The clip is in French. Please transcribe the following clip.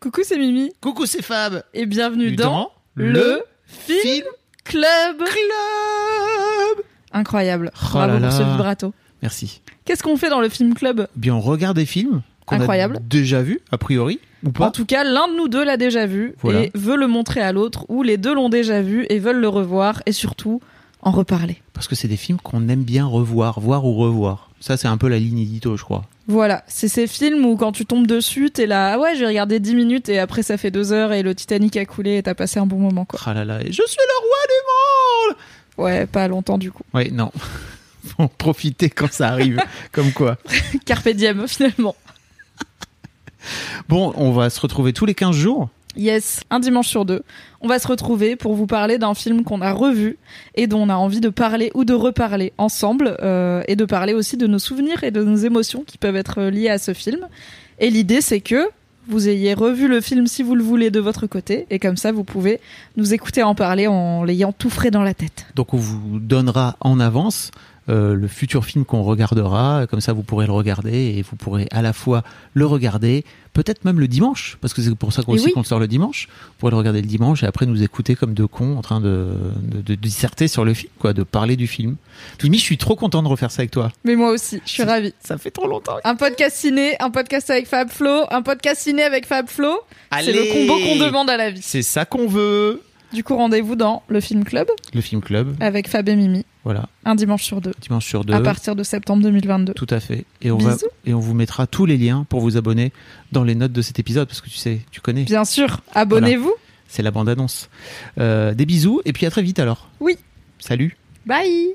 Coucou, c'est Mimi Coucou, c'est Fab. et bienvenue dans, le, le Film, Film Club. Club. Incroyable. Oh Bravo là pour ce là. vibrato. Merci. Qu'est-ce qu'on fait dans le Film Club Eh Bien, on regarde des films qu'on Incroyable. a déjà vus, a priori, ou En pas tout cas, l'un de nous deux l'a déjà vu Voilà. et veut le montrer à l'autre, ou les deux l'ont déjà vu et veulent le revoir et surtout en reparler. Parce que c'est des films qu'on aime bien revoir, voir ou revoir. Ça, c'est un peu la ligne édito, je crois. Voilà, c'est ces films où quand tu tombes dessus, t'es là, ah ouais, j'ai regardé 10 minutes et après ça fait 2 heures et le Titanic a coulé et t'as passé un bon moment quoi. Ah là là, et je suis le roi du monde Ouais, pas longtemps du coup. Ouais, non. Faut en profiter quand ça arrive, comme quoi. Carpe diem finalement. Bon, on va se retrouver tous les 15 jours. Yes, un dimanche sur deux, on va se retrouver pour vous parler d'un film qu'on a revu et dont on a envie de parler ou de reparler ensemble euh, et de parler aussi de nos souvenirs et de nos émotions qui peuvent être liées à ce film. Et l'idée c'est que vous ayez revu le film si vous le voulez de votre côté et comme ça vous pouvez nous écouter en parler en l'ayant tout frais dans la tête. Donc on vous donnera en avance euh, le futur film qu'on regardera, comme ça vous pourrez le regarder et vous pourrez à la fois le regarder, peut-être même le dimanche, parce que c'est pour ça qu'on Et aussi oui. qu'on le sort le dimanche, vous pourrez le regarder le dimanche et après nous écouter comme deux cons en train de, de, de disserter sur le film, quoi, de parler du film. Mimi, je suis trop content de refaire ça avec toi. Mais moi aussi, je suis ravie. Ça fait trop longtemps. Un podcast ciné, un podcast avec Fab Flo, un podcast ciné avec Fab Flo. C'est le combo qu'on demande à la vie. C'est ça qu'on veut. Du coup, rendez-vous dans le Film Club Le film club, avec Fab et Mimi, voilà, un dimanche sur deux, dimanche sur deux. à partir de septembre 2022. Tout à fait. Et on, va, Bisous. et on vous mettra tous les liens pour vous abonner dans les notes de cet épisode, parce que tu sais, tu connais, Bien sûr, abonnez-vous. c'est la bande-annonce. Euh, des bisous, et puis à très vite alors. Oui. Salut. Bye